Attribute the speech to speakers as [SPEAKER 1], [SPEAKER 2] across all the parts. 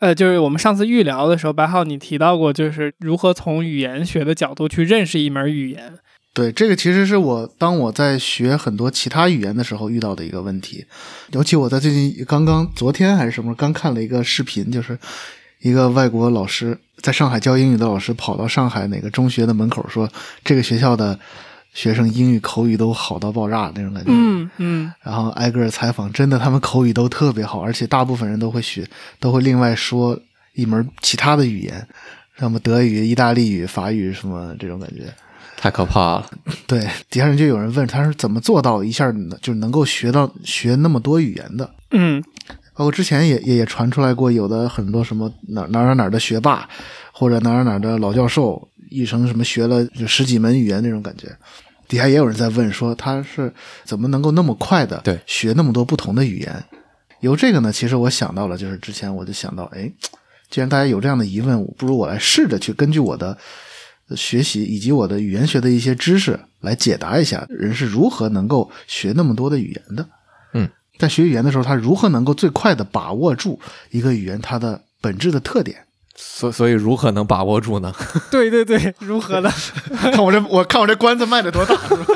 [SPEAKER 1] 呃，就是我们上次预聊的时候，白浩你提到过，就是如何从语言学的角度去认识一门语言。
[SPEAKER 2] 对，这个其实是我当我在学很多其他语言的时候遇到的一个问题，尤其我在最近刚刚昨天还是什么时候刚看了一个视频，就是一个外国老师在上海教英语的老师跑到上海哪个中学的门口说，这个学校的学生英语口语都好到爆炸那种感觉。
[SPEAKER 1] 嗯嗯，
[SPEAKER 2] 然后挨个儿采访，真的他们口语都特别好，而且大部分人都会学，都会另外说一门其他的语言，什么德语、意大利语、法语什么这种感觉。
[SPEAKER 3] 太可怕了。
[SPEAKER 2] 对，底下人就有人问他是怎么做到一下能就能够学到学那么多语言的。
[SPEAKER 1] 嗯
[SPEAKER 2] 包括之前也也也传出来过，有的很多什么哪哪哪哪儿的学霸，或者哪哪哪儿的老教授，一生什么学了就十几门语言那种感觉。底下也有人在问说他是怎么能够那么快的
[SPEAKER 3] 对
[SPEAKER 2] 学那么多不同的语言？由这个呢，其实我想到了，就是之前我就想到，哎，既然大家有这样的疑问，不如我来试着去根据我的学习以及我的语言学的一些知识来解答一下人是如何能够学那么多的语言的。在学语言的时候，他如何能够最快的把握住一个语言它的本质的特点？
[SPEAKER 3] 所所以如何能把握住呢？
[SPEAKER 1] 对对对，如何的？
[SPEAKER 2] 看我这，我看我这关子卖的多大？是吧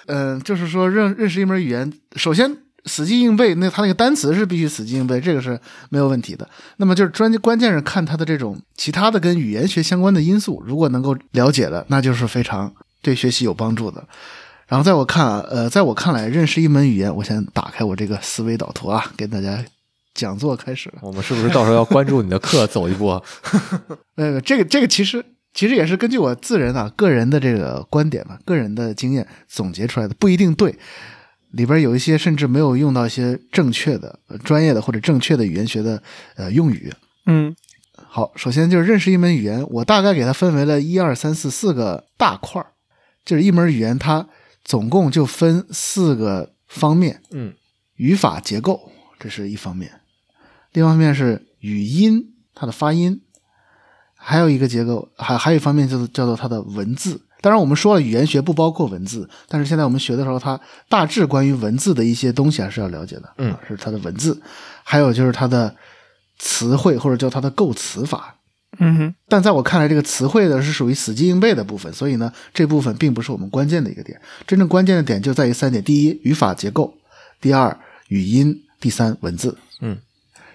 [SPEAKER 2] 嗯、就是说认认识一门语言，首先死记硬背，那它那个单词是必须死记硬背，这个是没有问题的。那么就是专关键是看它的这种其他的跟语言学相关的因素，如果能够了解的，那就是非常对学习有帮助的。然后在我看啊，呃，在我看来，认识一门语言，我先打开我这个思维导图啊，给大家讲座开始了。
[SPEAKER 3] 我们是不是到时候要关注你的课走一步 啊？
[SPEAKER 2] 那个这个这个其实其实也是根据我自人啊个人的这个观点吧，个人的经验总结出来的，不一定对。里边有一些甚至没有用到一些正确的、呃专业的或者正确的语言学的呃用语。
[SPEAKER 1] 嗯
[SPEAKER 2] 好，首先就是认识一门语言，我大概给它分为了一二三四四个大块儿，就是一门语言它总共就分四个方面，
[SPEAKER 3] 嗯，
[SPEAKER 2] 语法结构这是一方面，另一方面是语音它的发音，还有一个结构，还还有一方面就是叫做它的文字。当然，我们说了语言学不包括文字，但是现在我们学的时候，它大致关于文字的一些东西还是要了解的。
[SPEAKER 3] 嗯
[SPEAKER 2] 啊，是它的文字，还有就是它的词汇或者叫它的构词法。
[SPEAKER 1] 嗯哼
[SPEAKER 2] 但在我看来，这个词汇呢是属于死记硬背的部分，所以呢，这部分并不是我们关键的一个点。真正关键的点就在于三点：第一，语法结构；第二，语音；第三，文字。
[SPEAKER 3] 嗯，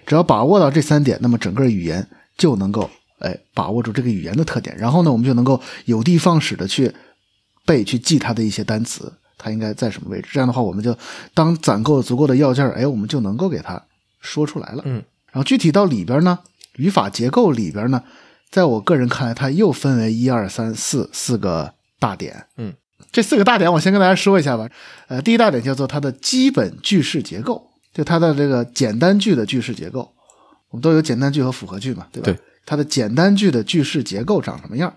[SPEAKER 2] 只要把握到这三点，那么整个语言就能够哎把握住这个语言的特点，然后呢，我们就能够有的放矢的去背、去记它的一些单词，它应该在什么位置。这样的话，我们就当攒够了足够的要劲儿，哎，我们就能够给它说出来了。
[SPEAKER 3] 嗯，
[SPEAKER 2] 然后具体到里边呢，语法结构里边呢，在我个人看来，它又分为一二三四四个大点。
[SPEAKER 3] 嗯，
[SPEAKER 2] 这四个大点我先跟大家说一下吧。呃，第一大点叫做它的基本句式结构，就它的这个简单句的句式结构。我们都有简单句和复合句嘛，对吧？
[SPEAKER 3] 对
[SPEAKER 2] 它的简单句的句式结构长什么样？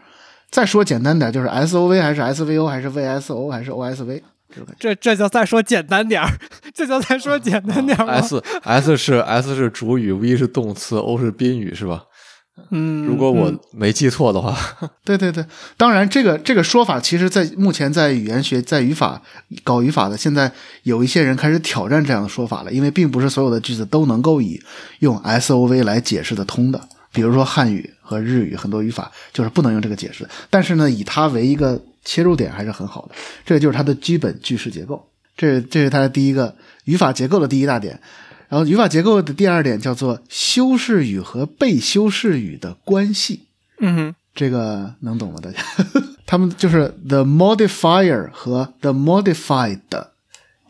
[SPEAKER 2] 再说简单点，就是 SOV 还是 SVO 还是 VSO 还是 OSV？
[SPEAKER 1] 这这叫再说简单点儿，这叫再说简单点儿吗？
[SPEAKER 3] S S 是 S 是主语，V 是动词，O 是宾语，是吧？
[SPEAKER 1] 嗯，
[SPEAKER 3] 如果我
[SPEAKER 1] 嗯
[SPEAKER 3] 没记错的话，
[SPEAKER 2] 对对对，当然这个这个说法，其实在目前在语言学、在语法搞语法的，现在有一些人开始挑战这样的说法了，因为并不是所有的句子都能够以用 SOV 来解释得通的。比如说汉语和日语很多语法就是不能用这个解释，但是呢，以它为一个切入点还是很好的。这就是它的基本句式结构，这这是它的第一个语法结构的第一大点。然后语法结构的第二点叫做修饰语和被修饰语的关系。
[SPEAKER 1] 嗯哼
[SPEAKER 2] 这个能懂吗？大家， 他们就是 the modifier 和 the modified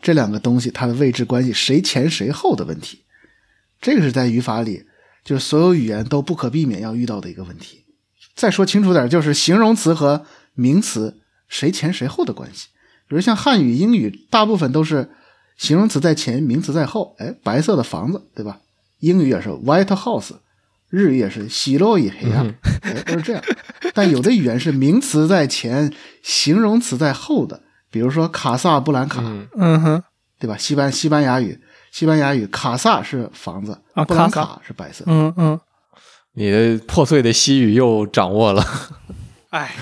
[SPEAKER 2] 这两个东西，它的位置关系谁前谁后的问题，这个是在语法里，就是所有语言都不可避免要遇到的一个问题。再说清楚点儿，就是形容词和名词谁前谁后的关系。比如像汉语、英语，大部分都是形容词在前，名词在后。哎，白色的房子，对吧？英语也是 white house，日语也是白い部
[SPEAKER 1] 嗯
[SPEAKER 2] 屋，哎，都是这样。但有的语言是名词在前，形容词在后的，比如说卡萨布兰卡，
[SPEAKER 1] 嗯哼，
[SPEAKER 2] 对吧？西班西班牙语，西班牙语卡萨是房子，
[SPEAKER 1] 啊
[SPEAKER 2] 布兰
[SPEAKER 1] 卡萨
[SPEAKER 2] 卡是白色。
[SPEAKER 1] 嗯嗯，
[SPEAKER 3] 你的破碎的西语又掌握了。
[SPEAKER 1] 哎，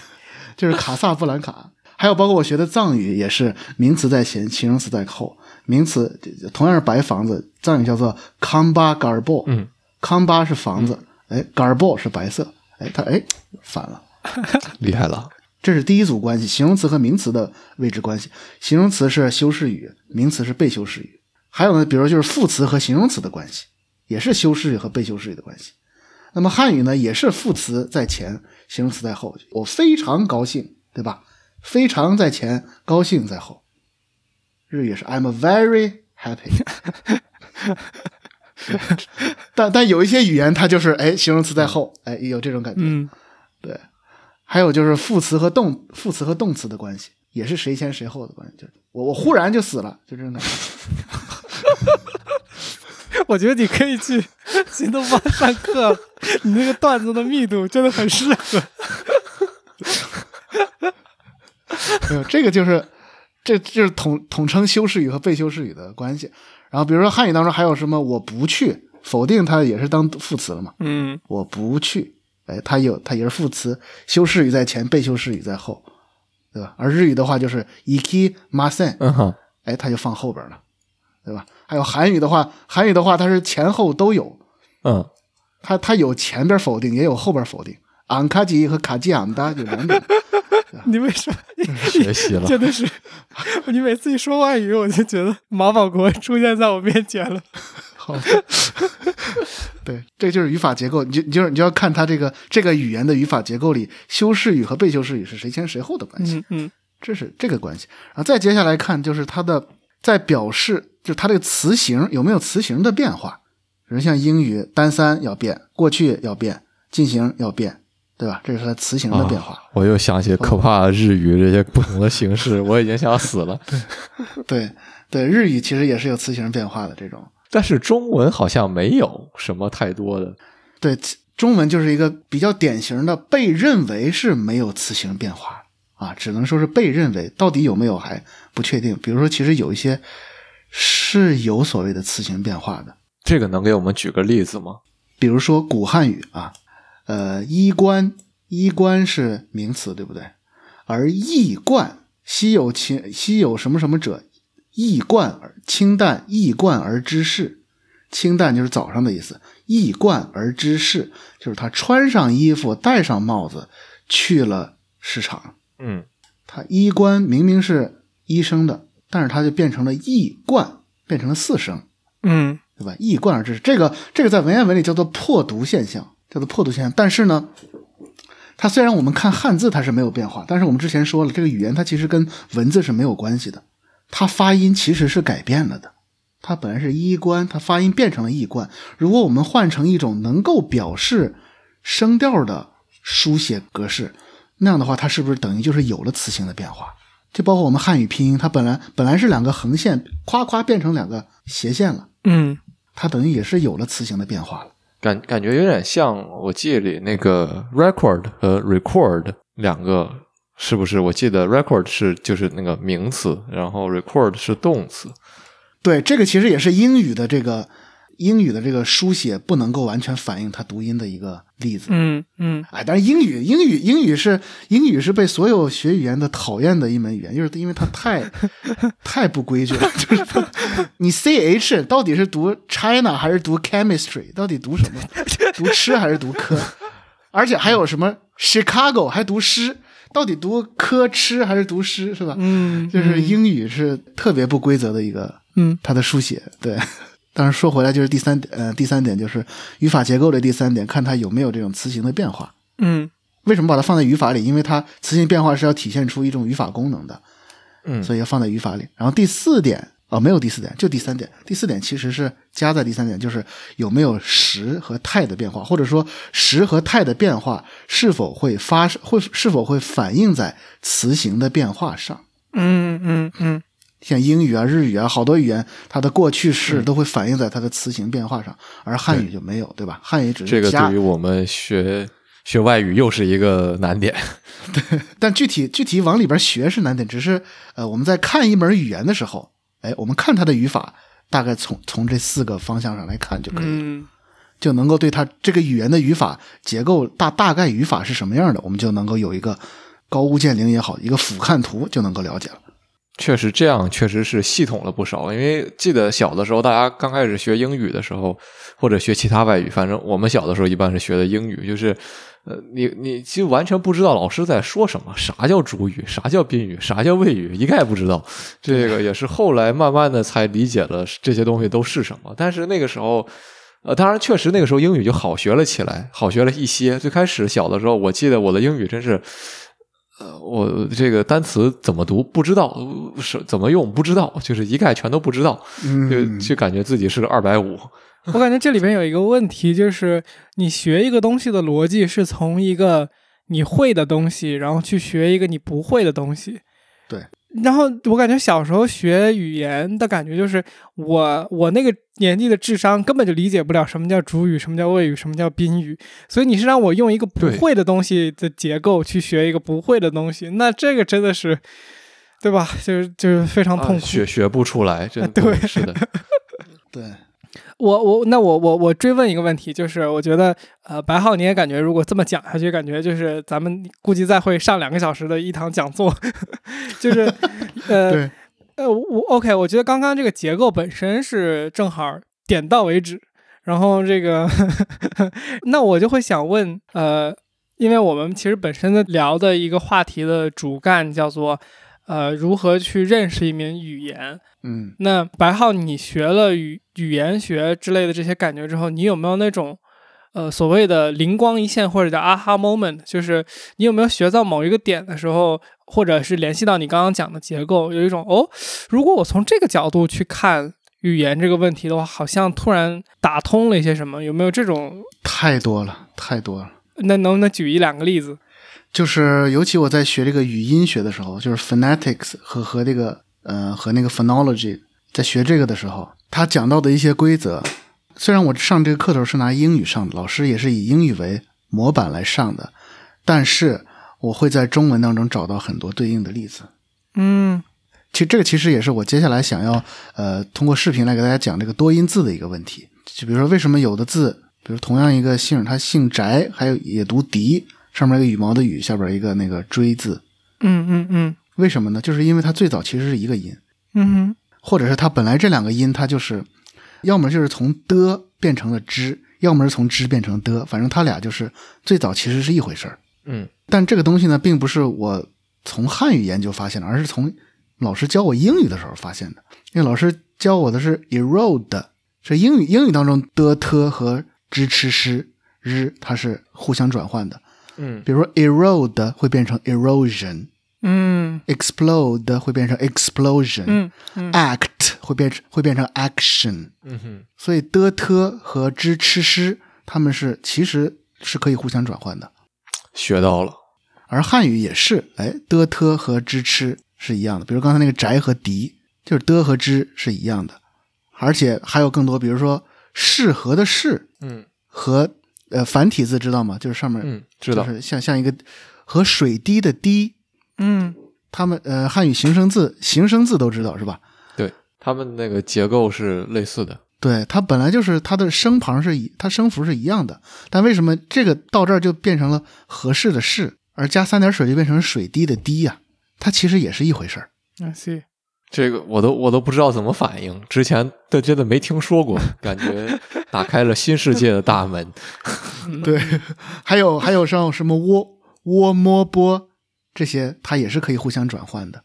[SPEAKER 2] 就是卡萨布兰卡。还有包括我学的藏语也是名词在前，形容词在后。名词同样是白房子，藏语叫做 kamba garbo，
[SPEAKER 3] 嗯，
[SPEAKER 2] 康巴是房子，
[SPEAKER 1] 嗯
[SPEAKER 2] 哎，garbo 是白色，哎，它哎反了。
[SPEAKER 3] 厉害了。
[SPEAKER 2] 这是第一组关系，形容词和名词的位置关系。形容词是修饰语，名词是被修饰语。还有呢，比如就是副词和形容词的关系，也是修饰语和被修饰语的关系。那么汉语呢，也是副词在前，形容词在后。我非常高兴，对吧？非常在前，高兴在后。日语是 I'm very happy，但但有一些语言它就是哎，形容词在后，哎，有这种感觉。
[SPEAKER 1] 嗯，
[SPEAKER 2] 对，还有就是副词和动副词和动词的关系，也是谁先谁后的关系。就我我忽然就死了，就这种感觉。
[SPEAKER 1] 我觉得你可以去新东方上课了，你那个段子的密度真的很适合。
[SPEAKER 2] 没有，这个就是这这就是统统称修饰语和被修饰语的关系。然后比如说汉语当中还有什么我不去，否定它也是当副词了嘛。
[SPEAKER 1] 嗯，
[SPEAKER 2] 我不去，哎，它有它也是副词，修饰语在前，被修饰语在后，对吧？而日语的话就是 iki masen，
[SPEAKER 3] 嗯哼，
[SPEAKER 2] 哎，它就放后边了，对吧？还有韩语的话，韩语的话它是前后都有，
[SPEAKER 3] 嗯，
[SPEAKER 2] 它它有前边否定，也有后边否定。昂卡吉和卡吉昂达有两种，
[SPEAKER 1] 你为什么？
[SPEAKER 3] 嗯学习 了。
[SPEAKER 1] 真的是， 你每次一说外语，我就觉得马保国出现在我面前了。
[SPEAKER 2] 好吧，对，这就是语法结构。你就你就是你就要看它这个这个语言的语法结构里，修饰语和被修饰语是谁前谁后的关系，
[SPEAKER 1] 嗯嗯
[SPEAKER 2] 这是这个关系。然后再接下来看，就是它的在表示，就是它这个词形有没有词形的变化。比如像英语单三要变，过去要变，进行要变，对吧？这是它词形的变化。
[SPEAKER 3] 我又想起可怕的日语这些不同的形式， 我已经想死了。
[SPEAKER 2] 对对，日语其实也是有词形变化的这种。
[SPEAKER 3] 但是中文好像没有什么太多的，
[SPEAKER 2] 对，其中文就是一个比较典型的被认为是没有词形变化啊，只能说是被认为，到底有没有还不确定。比如说，其实有一些是有所谓的词形变化的，
[SPEAKER 3] 这个能给我们举个例子吗？
[SPEAKER 2] 比如说古汉语啊，呃，衣冠，衣冠是名词，对不对？而易冠，昔有秦，昔有什么什么者，易冠而清淡，易冠而知事。清淡就是早上的意思，易冠而知事就是他穿上衣服，戴上帽子，去了市场。
[SPEAKER 3] 嗯，
[SPEAKER 2] 他衣冠明明是一声的，但是他就变成了易冠，变成了四声。
[SPEAKER 1] 嗯
[SPEAKER 2] 对吧？一以贯而知之，这个这个在文言文里叫做破读现象，叫做破读现象。但是呢，它虽然我们看汉字它是没有变化，但是我们之前说了，这个语言它其实跟文字是没有关系的，它发音其实是改变了的。它本来是衣冠，它发音变成了易冠。如果我们换成一种能够表示声调的书写格式，那样的话，它是不是等于就是有了词形的变化？就包括我们汉语拼音，它本来本来是两个横线，夸夸变成两个斜线了。
[SPEAKER 1] 嗯
[SPEAKER 2] 它等于也是有了词形的变化了。
[SPEAKER 3] 感感觉有点像我记忆里那个 record 和 record 两个，是不是？我记得 record 是就是那个名词，然后 record 是动词。
[SPEAKER 2] 对，这个其实也是英语的这个英语的这个书写不能够完全反映它读音的一个例子。
[SPEAKER 1] 嗯嗯
[SPEAKER 2] 哎，但是英语英语英语是英语是被所有学语言的讨厌的一门语言，就是因为它 太太不规矩了。 就是它你 C H 到底是读 China 还是读 chemistry，到底读什么？读吃还是读科？而且还有什么 Chicago 还读诗，到底读科吃还是读诗是吧？
[SPEAKER 1] 嗯，
[SPEAKER 2] 就是英语是特别不规则的一个，
[SPEAKER 1] 嗯，
[SPEAKER 2] 它的书写对。当然说回来，就是第三点，呃，第三点就是语法结构的第三点，看它有没有这种词形的变化。
[SPEAKER 1] 嗯
[SPEAKER 2] 为什么把它放在语法里？因为它词形变化是要体现出一种语法功能的，
[SPEAKER 3] 嗯
[SPEAKER 2] 所以要放在语法里。然后第四点，哦，没有第四点，就第三点。第四点其实是加在第三点，就是有没有时和态的变化，或者说时和态的变化是否会发会是否会反映在词形的变化上。
[SPEAKER 1] 嗯嗯嗯
[SPEAKER 2] 像英语啊、日语啊，好多语言它的过去式都会反映在它的词形变化上，而汉语就没有，对吧？汉语只
[SPEAKER 3] 这
[SPEAKER 2] 是
[SPEAKER 3] 个
[SPEAKER 2] 加，
[SPEAKER 3] 对于我们学学外语又是一个难点。
[SPEAKER 2] 但具体具体往里边学是难点，只是呃，我们在看一门语言的时候，哎，我们看它的语法，大概从从这四个方向上来看就可以了，
[SPEAKER 1] 嗯
[SPEAKER 2] 就能够对它这个语言的语法结构大大概语法是什么样的，我们就能够有一个高屋建瓴也好，一个俯瞰图就能够了解了。
[SPEAKER 3] 确实这样，确实是系统了不少。因为记得小的时候，大家刚开始学英语的时候，或者学其他外语，反正我们小的时候一般是学的英语，就是呃，你你就完全不知道老师在说什么，啥叫主语，啥叫宾语，啥叫谓语，一概不知道。这个也是后来慢慢的才理解了这些东西都是什么。但是那个时候。呃，当然，确实那个时候英语就好学了起来，好学了一些。最开始小的时候，我记得我的英语真是，呃，我这个单词怎么读不知道，呃是怎么用不知道，就是一概全都不知道，就
[SPEAKER 2] 嗯，
[SPEAKER 3] 就感觉自己是个二百五。
[SPEAKER 1] 我感觉这里边有一个问题，就是你学一个东西的逻辑是从一个你会的东西，然后去学一个你不会的东西。
[SPEAKER 2] 对。
[SPEAKER 1] 然后我感觉小时候学语言的感觉就是我我那个年纪的智商根本就理解不了什么叫主语，什么叫谓语，什么叫宾语，所以你是让我用一个不
[SPEAKER 3] 对
[SPEAKER 1] 会的东西的结构去学一个不会的东西，那这个真的是，对吧？就是就是非常痛
[SPEAKER 3] 啊
[SPEAKER 1] 苦。
[SPEAKER 3] 学学不出来，真的、
[SPEAKER 1] 对
[SPEAKER 3] 是的，
[SPEAKER 2] 对，
[SPEAKER 1] 我我那我我我追问一个问题，就是我觉得呃，白浩你也感觉如果这么讲下去，感觉就是咱们估计再会上两个小时的一堂讲座， 就是呃
[SPEAKER 2] 对，
[SPEAKER 1] 呃我 OK，我觉得刚刚这个结构本身是正好点到为止，然后这个 那我就会想问呃，因为我们其实本身的聊的一个话题的主干叫做呃如何去认识一门语言，
[SPEAKER 2] 嗯，
[SPEAKER 1] 那白浩，你学了语语言学之类的这些感觉之后，你有没有那种呃所谓的灵光一现或者叫 aha moment？就是你有没有学到某一个点的时候，或者是联系到你刚刚讲的结构，有一种哦，如果我从这个角度去看语言这个问题的话，好像突然打通了一些什么？有没有这种？
[SPEAKER 2] 太多了，太多了。
[SPEAKER 1] 那能不能举一两个例子？
[SPEAKER 2] 就是尤其我在学这个语音学的时候，就是 phonetics 和和这个呃和那个 phonology 在学这个的时候，他讲到的一些规则，虽然我上这个课的时候是拿英语上的，老师也是以英语为模板来上的，但是我会在中文当中找到很多对应的例子。
[SPEAKER 1] 嗯
[SPEAKER 2] 其实这个其实也是我接下来想要呃通过视频来给大家讲这个多音字的一个问题。就比如说为什么有的字，比如同样一个姓，它姓翟，还有也读狄，上面一个羽毛的羽，下边一个那个锥字，
[SPEAKER 1] 嗯嗯嗯
[SPEAKER 2] 为什么呢？就是因为它最早其实是一个音，
[SPEAKER 1] 嗯哼
[SPEAKER 2] 或者是它本来这两个音它就是，要么就是从的变成了之，要么是从之变成的，反正它俩就是最早其实是一回事儿。
[SPEAKER 3] 嗯，
[SPEAKER 2] 但这个东西呢，并不是我从汉语研究发现的，而是从老师教我英语的时候发现的。因为老师教我的是 erode，是英语英语当中的、t 和 z、ch、sh、日，它是互相转换的。
[SPEAKER 3] 嗯
[SPEAKER 2] 比如说 erode 会变成 erosion，explode
[SPEAKER 1] 嗯
[SPEAKER 2] 会变成 explosion，、
[SPEAKER 1] 嗯嗯
[SPEAKER 2] act 会变成会变成 action，
[SPEAKER 3] 嗯哼，
[SPEAKER 2] 所以的 t 和 z、ch、sh 它们是其实是可以互相转换的。
[SPEAKER 3] 学到了，
[SPEAKER 2] 而汉语也是，哎，的、t 和支、吃是一样的。比如刚才那个宅和敌，就是的和之是一样的，而且还有更多，比如说适合的适
[SPEAKER 3] 嗯
[SPEAKER 2] 和呃繁体字知道吗？就是上面、
[SPEAKER 3] 嗯，知道
[SPEAKER 2] 就，是像像一个和水滴的滴，
[SPEAKER 1] 嗯
[SPEAKER 2] 他们呃汉语形声字形声字都知道是吧？
[SPEAKER 3] 对他们那个结构是类似的，
[SPEAKER 2] 对，它本来就是它的声旁是一，它声符是一样的，但为什么这个到这儿就变成了合适的适，而加三点水就变成水滴的滴呀、它其实也是一回事儿。
[SPEAKER 1] ，I see。
[SPEAKER 3] 这个我都我都不知道怎么反应，之前都真的没听说过，感觉打开了新世界的大门。
[SPEAKER 2] 对，还有还有像什么窝窝摸波这些，它也是可以互相转换的。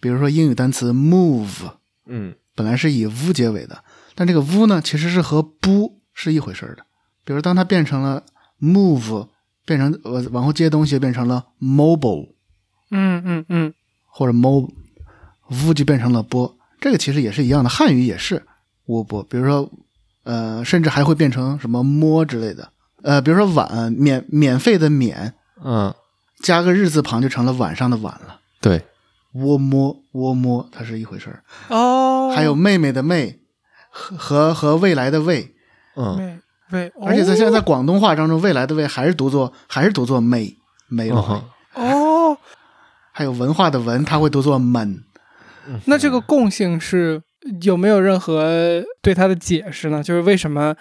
[SPEAKER 2] 比如说英语单词 move
[SPEAKER 3] 嗯
[SPEAKER 2] 本来是以 v 结尾的，但这个 v 呢其实是和 bu 是一回事儿的。比如当它变成了 move，变成呃往后接东西变成了 mobile
[SPEAKER 1] 嗯嗯嗯
[SPEAKER 2] 或者 mo v 就变成了波，这个其实也是一样的，汉语也是窝波。比如说呃，甚至还会变成什么摸之类的。呃，比如说碗免免费的免，
[SPEAKER 3] 嗯，
[SPEAKER 2] 加个日字旁就成了晚上的晚了。
[SPEAKER 3] 对，
[SPEAKER 2] 窝摸窝摸，它是一回事儿。
[SPEAKER 1] 哦，
[SPEAKER 2] 还有妹妹的妹和和和未来的未，
[SPEAKER 3] 嗯。
[SPEAKER 1] 喂喂，
[SPEAKER 2] 啊而且在现在在广东话当中，未来的未还是读作还是读作妹妹
[SPEAKER 3] 嗯
[SPEAKER 2] 了。
[SPEAKER 3] 哼，
[SPEAKER 1] 哦，
[SPEAKER 2] 还有文化的文，它会读作们。
[SPEAKER 1] 那这个共性是有没有任何对它的解释呢？就是为什么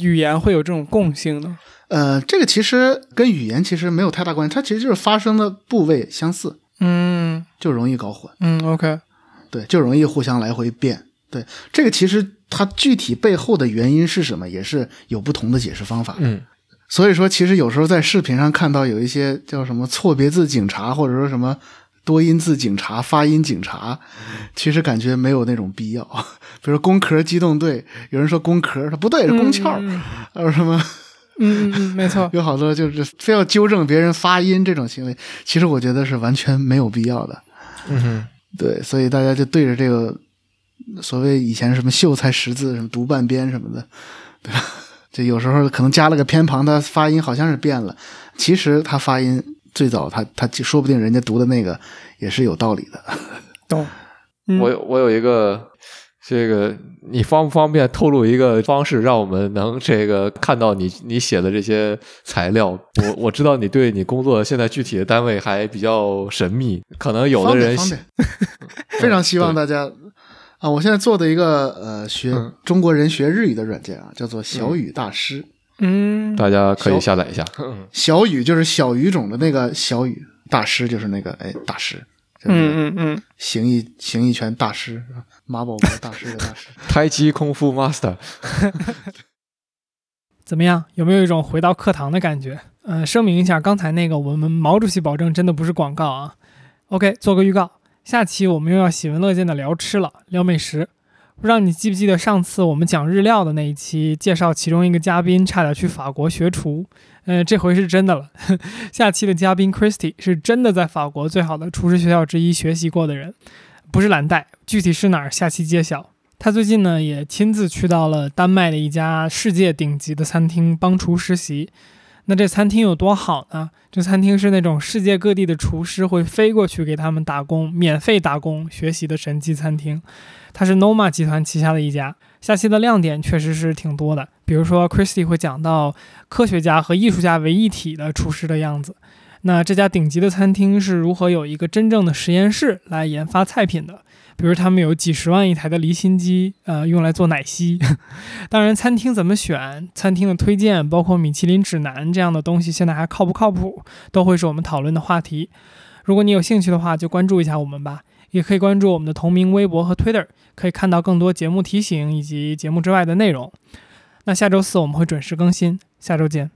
[SPEAKER 1] 语言会有这种共性呢？
[SPEAKER 2] 呃，这个其实跟语言其实没有太大关系，它其实就是发生的部位相似，
[SPEAKER 1] 嗯
[SPEAKER 2] 就容易搞混。
[SPEAKER 1] 嗯，OK，
[SPEAKER 2] 对，就容易互相来回变。对，这个其实它具体背后的原因是什么，也是有不同的解释方法。
[SPEAKER 3] 嗯，
[SPEAKER 2] 所以说，其实有时候在视频上看到有一些叫什么错别字警察，或者说什么多音字警察、发音警察，其实感觉没有那种必要。 比如说工壳机动队，有人说工壳，他不对，是工壳，
[SPEAKER 1] 嗯嗯
[SPEAKER 2] 还有什么，
[SPEAKER 1] 嗯嗯嗯，没错
[SPEAKER 2] 有好多就是非要纠正别人发音这种行为，其实我觉得是完全没有必要的。
[SPEAKER 3] 嗯哼，
[SPEAKER 2] 对，所以大家就对着这个所谓以前什么秀才识字、什么读半边什么的，对吧？就有时候可能加了个偏旁，它发音好像是变了，其实它发音最早它它就说不定人家读的那个也是有道理的。
[SPEAKER 1] 懂。嗯
[SPEAKER 3] 我有我有一个这个，你方不方便透露一个方式，让我们能这个看到你你写的这些材料？我我知道你对你工作现在具体的单位还比较神秘，可能有
[SPEAKER 2] 方
[SPEAKER 3] 的
[SPEAKER 2] 便
[SPEAKER 3] 人
[SPEAKER 2] 方便， 非常希望大家啊，我现在做的一个呃学
[SPEAKER 3] 嗯
[SPEAKER 2] 中国人学日语的软件啊，叫做小语大师。
[SPEAKER 1] 嗯，
[SPEAKER 3] 大家可以下载 一下。嗯
[SPEAKER 2] 小语就是小语种的那个小语，大师就是那个哎大师。就是
[SPEAKER 1] 嗯嗯嗯，
[SPEAKER 2] 形意形意拳大师，是吧马保国大师的大师。
[SPEAKER 3] 太极空腹 master，
[SPEAKER 1] 怎么样？有没有一种回到课堂的感觉？嗯，声明一下，刚才那个我们毛主席保证真的不是广告啊。OK，做个预告，下期我们又要喜闻乐见的聊吃了，聊美食。不知道你记不记得上次我们讲日料的那一期，介绍其中一个嘉宾差点去法国学厨，呃，这回是真的了。 下期的嘉宾 Christy 是真的在法国最好的厨师学校之一学习过的人，不是蓝带，具体是哪儿下期揭晓。他最近呢也亲自去到了丹麦的一家世界顶级的餐厅帮厨实习。那这餐厅有多好呢？这餐厅是那种世界各地的厨师会飞过去给他们打工、免费打工学习的神奇餐厅。它是 Noma 集团旗下的一家。下期的亮点确实是挺多的，比如说 Christy 会讲到科学家和艺术家为一体的厨师的样子。那这家顶级的餐厅是如何有一个真正的实验室来研发菜品的？比如他们有几十万一台的离心机，呃，用来做奶昔。当然，餐厅怎么选、餐厅的推荐，包括米其林指南这样的东西，现在还靠不靠谱，都会是我们讨论的话题。如果你有兴趣的话，就关注一下我们吧，也可以关注我们的同名微博和 Twitter，可以看到更多节目提醒以及节目之外的内容。那下周四我们会准时更新，下周见。